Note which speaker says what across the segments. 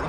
Speaker 1: 了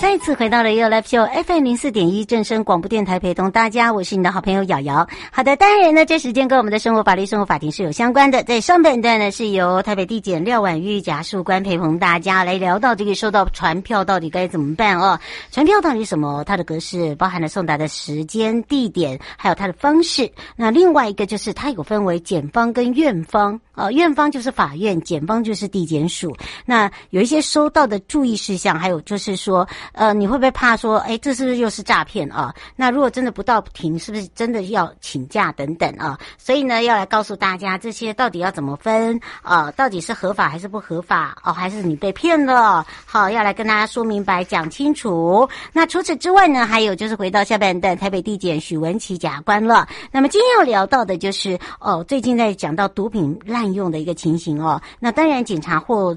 Speaker 2: 再次回到了 y o Live Show FM 零四点一正声广播电台，陪同大家，我是你的好朋友瑶瑶。好的，当然呢，这时间跟我们的生活法律、生活法庭是有相关的。在上半段呢，是由台北地检廖婉玉检察官陪同大家来聊到这个收到传票到底该怎么办哦。传票到底是什么？它的格式包含了送达的时间、地点，还有它的方式。那另外一个就是它有分为检方跟院方啊，院方就是法院，检方就是地检署。那有一些收到的注意事项，还有就是说，呃，你会不会怕说，哎，这是不是又是诈骗啊？那如果真的不到庭，是不是真的要请假等等啊？所以呢，要来告诉大家这些到底要怎么分啊、呃到底是合法还是不合法哦？还是你被骗了？好，要来跟大家说明白、讲清楚。那除此之外呢，还有就是回到下半段台北地检许文琪检察官了。那么今天要聊到的就是哦，最近在讲到毒品滥用的一个情形哦。那当然，警察或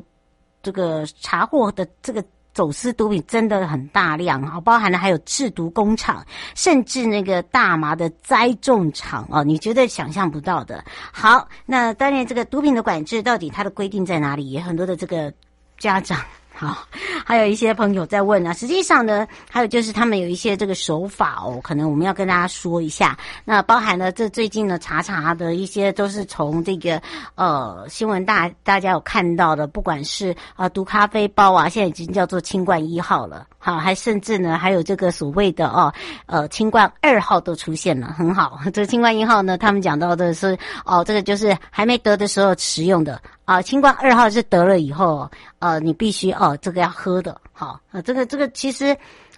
Speaker 2: 这个查获的这个走私毒品真的很大量啊，包含了还有制毒工厂，甚至那个大麻的栽种场哦，你绝对想象不到的。好，那当然这个毒品的管制到底它的规定在哪里？也很多的这个家长。好，还有一些朋友在问啊，实际上呢，还有就是他们有一些这个手法哦，可能我们要跟大家说一下。那包含了这最近呢，查查的一些都是从这个呃新闻大大家有看到的，不管是啊、呃毒咖啡包啊，现在已经叫做清冠一号了，好，还甚至呢还有这个所谓的哦呃清冠二号都出现了，很好。 这清冠一号呢，他们讲到的是哦，这个就是还没得的时候食用的啊、清冠二号是得了以后呃你必须哦这个要喝的，好，呃这个这个其实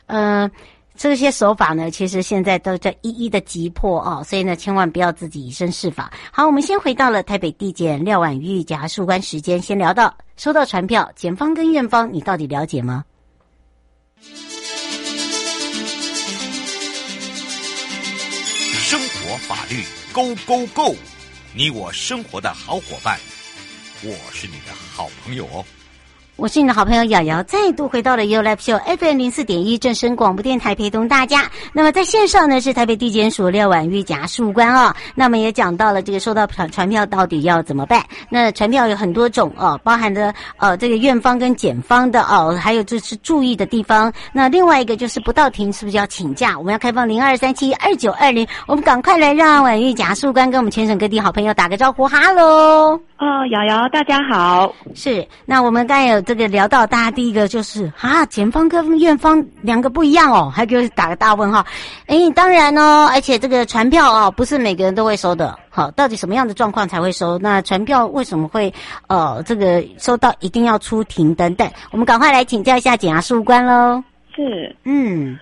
Speaker 2: 嗯。呃这些手法呢，其实现在都在一一的击破哦，所以呢，千万不要自己以身试法。好，我们先回到了台北地检廖婉玉检察事务官时间，先聊到收到传票，检方跟院方，你到底了解吗？
Speaker 1: 生活法律 Go Go Go，你我生活的好伙伴，我是你的好朋友哦。
Speaker 2: 我是你的好朋友瑶瑶，再度回到了 U Live Show FM 零四点一正声广播电台，陪同大家。那么在线上呢是台北地检署廖婉玉检察事务官哦。那么也讲到了这个收到传传票到底要怎么办？那传票有很多种哦，包含着呃这个院方跟检方的哦，还有就是注意的地方。那另外一个就是不到庭是不是要请假？我们要开放零二三七二九二零，我们赶快来让婉玉检察事务官跟我们全省各地好朋友打个招呼，哈喽。
Speaker 3: 哦，瑶瑶，大家好。
Speaker 2: 是，那我们刚才有这个聊到，大家第一个就是啊，检方跟院方两个不一样哦，还给我打个大问号。哎，当然哦，而且这个传票哦，不是每个人都会收的。好，到底什么样的状况才会收？那传票为什么会呃这个收到一定要出庭等等？我们赶快来请教一下检察事务官喽。
Speaker 3: 是，
Speaker 2: 嗯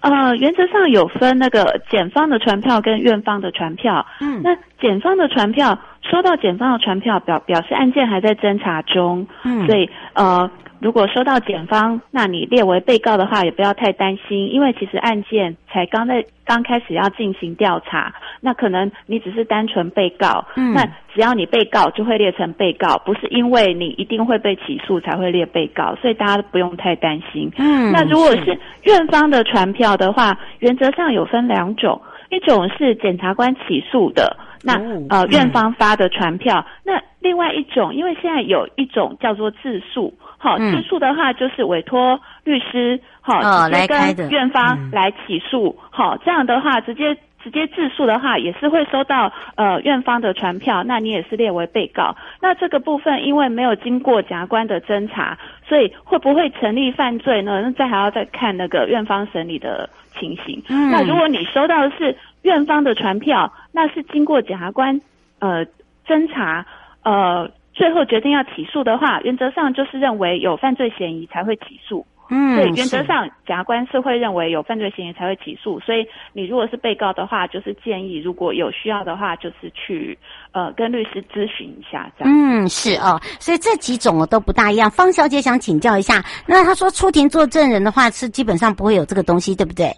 Speaker 3: 呃，原则上有分那个检方的传票跟院方的传票。
Speaker 2: 嗯，
Speaker 3: 那检方的传票收到检方的传票表表示案件还在侦查中，
Speaker 2: 嗯
Speaker 3: 所以呃，如果收到检方，那你列为被告的话，也不要太担心，因为其实案件才刚在刚开始要进行调查，那可能你只是单纯被告，
Speaker 2: 嗯
Speaker 3: 那只要你被告就会列成被告，不是因为你一定会被起诉才会列被告，所以大家不用太担心。
Speaker 2: 嗯，
Speaker 3: 那如果是院方的传票的话，原则上有分两种，一种是检察官起诉的，那、
Speaker 2: 哦
Speaker 3: 呃
Speaker 2: 嗯
Speaker 3: 院方发的传票，那另外一种，因为现在有一种叫做自诉，好、
Speaker 2: 嗯
Speaker 3: 自诉的话就是委托律师，好、
Speaker 2: 哦
Speaker 3: 直
Speaker 2: 来
Speaker 3: 接
Speaker 2: 开的
Speaker 3: 跟院
Speaker 2: 嗯
Speaker 3: 方来起诉，好、这样的话直接。直接自诉的话，也是会收到呃院方的传票，那你也是列为被告。那这个部分因为没有经过检察官的侦查，所以会不会成立犯罪呢？那再还要再看那个院方审理的情形。
Speaker 2: 嗯
Speaker 3: 那如果你收到的是院方的传票，那是经过检察官呃侦查呃最后决定要起诉的话，原则上就是认为有犯罪嫌疑才会起诉。
Speaker 2: 嗯，
Speaker 3: 对，原则
Speaker 2: 是
Speaker 3: 上检察官是会认为有犯罪嫌疑才会起诉，所以你如果是被告的话，就是建议如果有需要的话，就是去呃跟律师咨询一下这样。
Speaker 2: 嗯，是哦，所以这几种哦都不大一样。方小姐想请教一下，那她说出庭做证人的话是基本上不会有这个东西，对不对？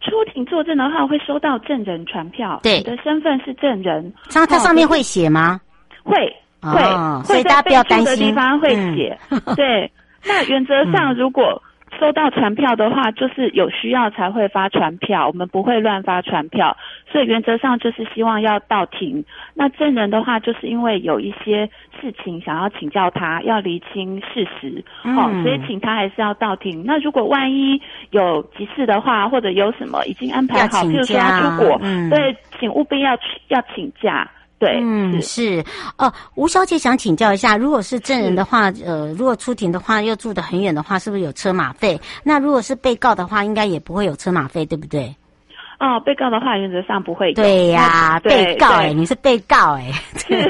Speaker 3: 出庭作证的话，会收到证人传票，
Speaker 2: 对
Speaker 3: 你的身份是证人，
Speaker 2: 它它
Speaker 3: 哦
Speaker 2: 上面会写吗？
Speaker 3: 会
Speaker 2: 哦
Speaker 3: 会、
Speaker 2: 所以
Speaker 3: 会
Speaker 2: 大家
Speaker 3: 在
Speaker 2: 不
Speaker 3: 备
Speaker 2: 要担
Speaker 3: 注的地
Speaker 2: 心嗯
Speaker 3: 方会 写，对。那原则上，如果收到传票的话，就是有需要才会发传票，我们不会乱发传票。所以原则上就是希望要到庭。那证人的话，就是因为有一些事情想要请教他，要厘清事实，哦
Speaker 2: 嗯，
Speaker 3: 所以请他还是要到庭。那如果万一有急事的话，或者有什么已经安排
Speaker 2: 要
Speaker 3: 好，
Speaker 2: 请
Speaker 3: 譬如说
Speaker 2: 假
Speaker 3: 要出国，
Speaker 2: 嗯
Speaker 3: 对，请务必要去要请假。对，
Speaker 2: 嗯，
Speaker 3: 是
Speaker 2: 是哦。吴小姐想请教一下，如果是证人的话，呃，如果出庭的话又住得很远的话，是不是有车马费？那如果是被告的话，应该也不会有车马费，对不对？
Speaker 3: 哦，被告的话原则上不会有。
Speaker 2: 对呀、
Speaker 3: 那对
Speaker 2: 被告哎、
Speaker 3: 对
Speaker 2: 你是被告哎、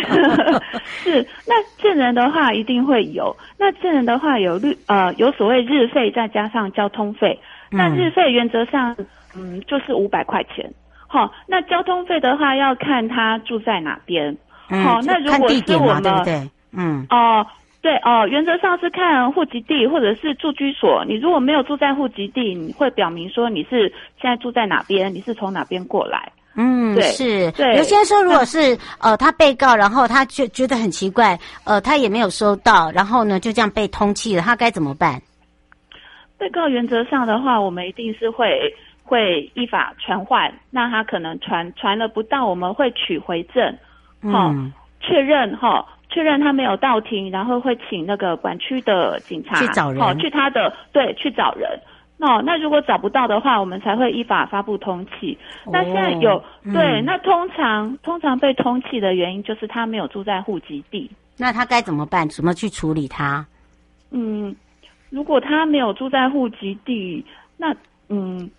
Speaker 3: 是，那证人的话一定会有。那证人的话有律呃有所谓日费，再加上交通费。那
Speaker 2: 嗯
Speaker 3: 日费原则上嗯就是五百块钱。好、那交通费的话要看他住在哪边。好那如
Speaker 2: 嗯看
Speaker 3: 果
Speaker 2: 地
Speaker 3: 是
Speaker 2: 点
Speaker 3: 我
Speaker 2: 嘛，对不
Speaker 3: 们
Speaker 2: 对？嗯，
Speaker 3: 哦、对哦、原则上是看户籍地或者是住居所。你如果没有住在户籍地，你会表明说你是现在住在哪边，你是从哪边过来。
Speaker 2: 嗯，
Speaker 3: 对
Speaker 2: 是。
Speaker 3: 对
Speaker 2: 有些人说，如果是呃他被告，然后他就觉得很奇怪，呃，他也没有收到，然后呢就这样被通缉了，他该怎么办？
Speaker 3: 被告原则上的话，我们一定是会会依法传唤，那他可能传传了不到，我们会取回证，好、
Speaker 2: 嗯，
Speaker 3: 确认哈、确认他没有到庭，然后会请那个管区的警察
Speaker 2: 去找人
Speaker 3: 好去他的对去找人。哦，那如果找不到的话，我们才会依法发布通缉。那现在有、
Speaker 2: 哦嗯
Speaker 3: 对，那通常通常被通缉的原因就是他没有住在户籍地。
Speaker 2: 那他该怎么办？怎么去处理他？
Speaker 3: 嗯，如果他没有住在户籍地，那嗯，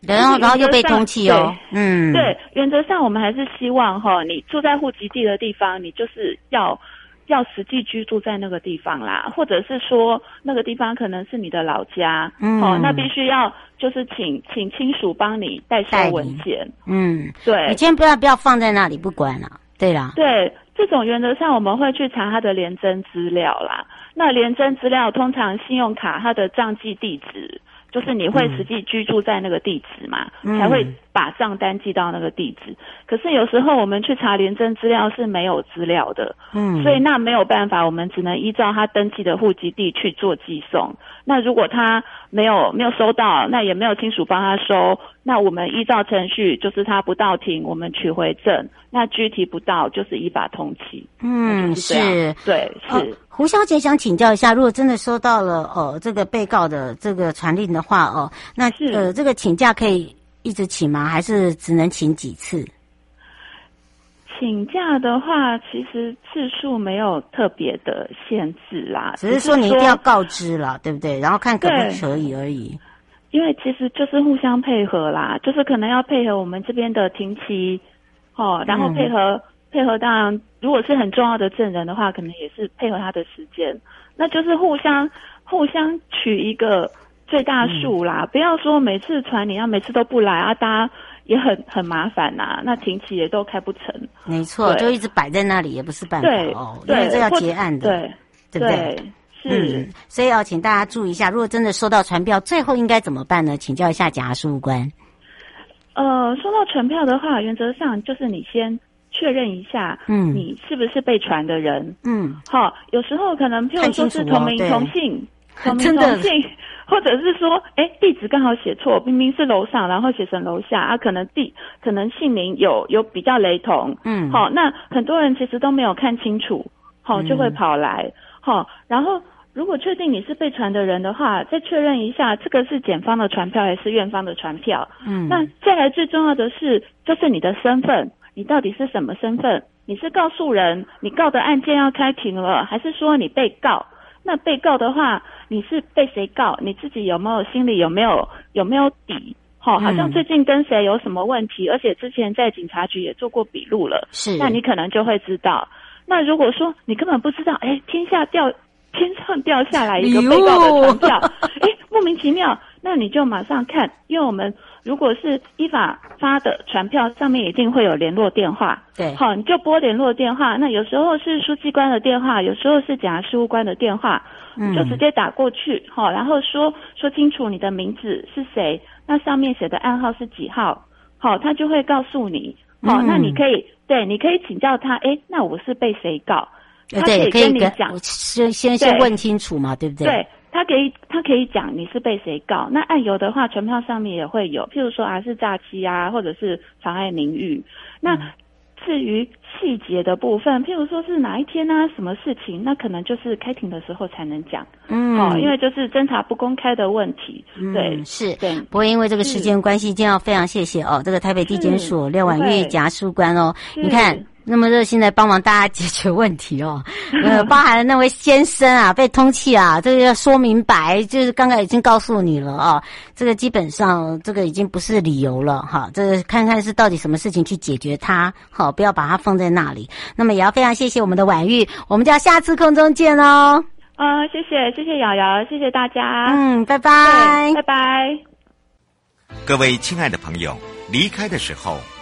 Speaker 2: 然后，
Speaker 3: 原则
Speaker 2: 然后又被
Speaker 3: 上
Speaker 2: 通缉哦。嗯，
Speaker 3: 对，原则上我们还是希望哈，你住在户籍地的地方，你就是要要实际居住在那个地方啦，或者是说那个地方可能是你的老家，
Speaker 2: 嗯
Speaker 3: 哦，那必须要就是请请亲属帮你代
Speaker 2: 代
Speaker 3: 收
Speaker 2: 理
Speaker 3: 文件，
Speaker 2: 嗯，你
Speaker 3: 对
Speaker 2: 千万不要不要放在那里不管了、对啦，
Speaker 3: 对。这种原则上我们会去查他的廉征资料啦。那廉征资料通常信用卡它的账记地址，就是你会实际居住在那个地址嘛，
Speaker 2: 嗯
Speaker 3: 才会把账单寄到那个地址。可是有时候我们去查廉征资料是没有资料的，
Speaker 2: 嗯，
Speaker 3: 所以那没有办法，我们只能依照他登记的户籍地去做寄送。那如果他没有没有收到，那也没有亲属帮他收，那我们依照程序，就是他不到庭，我们取回证；那具体不到，就是依法通缉。
Speaker 2: 嗯
Speaker 3: 就是这样
Speaker 2: 是。
Speaker 3: 对，是。
Speaker 2: 哦胡小姐想请教一下，如果真的收到了哦这个被告的这个传令的话哦，那
Speaker 3: 是
Speaker 2: 呃这个请假可以一直请吗？还是只能请几次？
Speaker 3: 请假的话，其实次数没有特别的限制啦，
Speaker 2: 只是说你一定要告知了，对不对？然后看可不可以而已。
Speaker 3: 因为其实就是互相配合啦，就是可能要配合我们这边的庭期，哦，然后
Speaker 2: 嗯
Speaker 3: 配合、配合，当然如果是很重要的证人的话，可能也是配合他的时间，那就是互相互相取一个最大
Speaker 2: 嗯
Speaker 3: 数啦，不要说每次传你要每次都不来啊，大家也很很麻烦呐、那庭期也都开不成，
Speaker 2: 没错，
Speaker 3: 对
Speaker 2: 就一直摆在那里也不是办法
Speaker 3: 对、
Speaker 2: 哦，因
Speaker 3: 对，
Speaker 2: 为这要
Speaker 3: 或
Speaker 2: 结案的，对
Speaker 3: 对
Speaker 2: 不对？
Speaker 3: 是。
Speaker 2: 嗯，所以要请大家注意一下，如果真的收到传票，最后应该怎么办呢？请教一下检察事务官。
Speaker 3: 呃，收到传票的话，原则上就是你先确认一下，
Speaker 2: 嗯
Speaker 3: 你是不是被传的人。
Speaker 2: 嗯，
Speaker 3: 好，有时候可能，譬
Speaker 2: 看
Speaker 3: 如
Speaker 2: 清
Speaker 3: 说
Speaker 2: 楚
Speaker 3: 是
Speaker 2: 哦
Speaker 3: 同名
Speaker 2: 对
Speaker 3: 同 姓，同
Speaker 2: 真
Speaker 3: 名
Speaker 2: 的
Speaker 3: 同姓，或者是说，哎，地址刚好写错，明明是楼上，然后写成楼下啊，可能地可能姓名有有比较雷同。
Speaker 2: 嗯
Speaker 3: 好，那很多人其实都没有看清楚，好就会
Speaker 2: 嗯
Speaker 3: 跑来，好，然后。如果确定你是被传的人的话，再确认一下，这个是检方的传票还是院方的传票？
Speaker 2: 嗯，
Speaker 3: 那再来最重要的是，就是你的身份，你到底是什么身份？你是告诉人，你告的案件要开庭了，还是说你被告？那被告的话，你是被谁告？你自己有没有心里有没有有没有底？好、好像
Speaker 2: 嗯
Speaker 3: 最近跟谁有什么问题，而且之前在警察局也做过笔录了，
Speaker 2: 是
Speaker 3: 那你可能就会知道。那如果说你根本不知道，哎，天下掉天上掉下来一个
Speaker 2: 哎呦
Speaker 3: 被告的传票，哎，莫名其妙，那你就马上看，因为我们如果是依法发的传票，上面一定会有联络电话。
Speaker 2: 对，
Speaker 3: 好，你就拨联络电话。那有时候是书记官的电话，有时候是检察事务官的电话，
Speaker 2: 嗯
Speaker 3: 就直接打过去。好，然后说说清楚你的名字是谁，那上面写的暗号是几号。好，他就会告诉你。好，
Speaker 2: 嗯
Speaker 3: 那你可以对，你可以请教他。哎，那我是被谁告？
Speaker 2: 呃
Speaker 3: 他
Speaker 2: 对，
Speaker 3: 以
Speaker 2: 可
Speaker 3: 跟
Speaker 2: 以
Speaker 3: 你
Speaker 2: 跟
Speaker 3: 讲
Speaker 2: 我，先先先
Speaker 3: 对
Speaker 2: 问清楚嘛，对不对？
Speaker 3: 对他可以，他可以讲你是被谁告。那案由的话，传票上面也会有，譬如说啊是诈欺啊，或者是妨碍名誉。那
Speaker 2: 嗯
Speaker 3: 至于细节的部分，譬如说是哪一天啊，什么事情，那可能就是开庭的时候才能讲。
Speaker 2: 嗯，
Speaker 3: 哦，因为就是侦查不公开的问题。对
Speaker 2: 嗯、是。
Speaker 3: 对，
Speaker 2: 不过因为这个时间关系，今天要非常谢谢哦，这个台北地检署廖婉玉检察事务官哦，
Speaker 3: 是
Speaker 2: 你看。那么热心来帮忙大家解决问题 哦，呃，包含了那位先生啊，被通气啊，这个要说明白，就是刚刚已经告诉你了啊，这个基本上这个已经不是理由了哈，这个看看是到底什么事情去解决它，好，不要把它放在那里。那么也要非常谢谢我们的婉玉，我们就要下次空中见哦，
Speaker 3: 啊、谢谢谢谢瑶瑶，谢谢大家，
Speaker 2: 嗯，拜
Speaker 3: 对
Speaker 2: 拜
Speaker 3: 拜。拜。
Speaker 1: 各位亲爱的朋友，离开的时候